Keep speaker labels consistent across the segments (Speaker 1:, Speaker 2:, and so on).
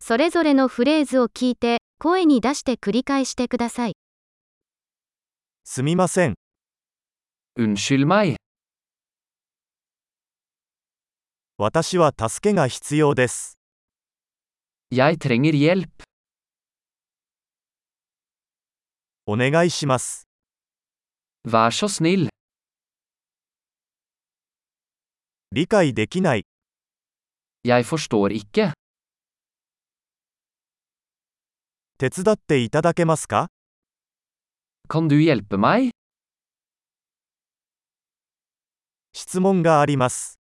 Speaker 1: それぞれのフレーズを聞いて、声に出して繰り返してください。
Speaker 2: すみません。
Speaker 3: Unnskyld meg.
Speaker 2: 私は助けが必要です。
Speaker 3: Jeg trenger hjelp.
Speaker 2: お願いします。
Speaker 3: Vær så snill.
Speaker 2: 理解できない。
Speaker 3: Jeg forstår ikke.
Speaker 2: 手伝っていただけますか
Speaker 3: Kan du hjelpe meg?
Speaker 2: 質問があります。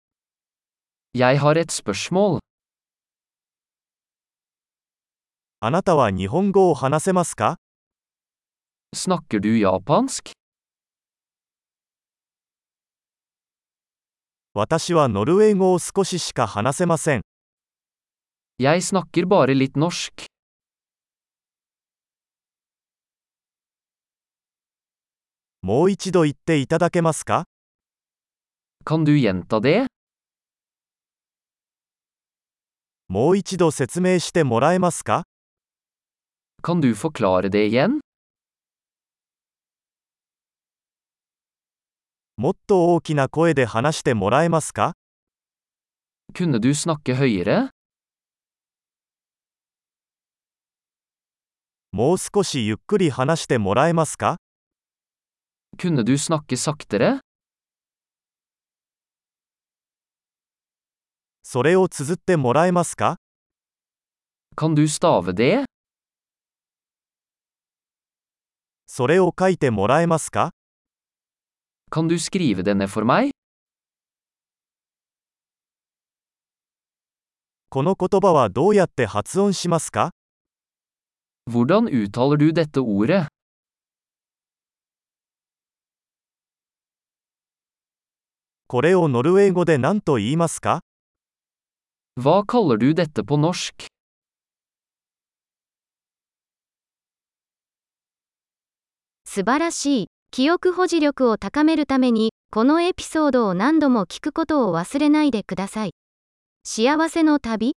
Speaker 3: Jeg har et spørsmål.
Speaker 2: あなたは日本語を話せますか
Speaker 3: Snakker du japansk?
Speaker 2: 私はノルウェー語を少ししか話せません。
Speaker 3: Jeg snakker bare litt norsk.
Speaker 2: もう一度言っていただけますか
Speaker 3: Kan du gjenta det?
Speaker 2: もう一度説明してもらえますか
Speaker 3: Kan du forklare det igjen?
Speaker 2: もっと大きな声で話してもらえますか
Speaker 3: Kunne du snakke høyere?
Speaker 2: もう少しゆっくり話してもらえますか
Speaker 3: Kunne du snakke saktere?
Speaker 2: それを綴ってもらえますか
Speaker 3: Kan du stave det?
Speaker 2: それを書いてもらえますか
Speaker 3: Kan du skrive det ned for meg?
Speaker 2: この言葉はどうやって発音しますか
Speaker 3: Hvordan uttaler du dette ordet?
Speaker 2: これをノルウェー語で何と言いますか
Speaker 3: Hva kaller du dette på norsk?
Speaker 1: 素晴らしい。記憶保持力を高めるために、このエピソードを何度も聞くことを忘れないでください。幸せの旅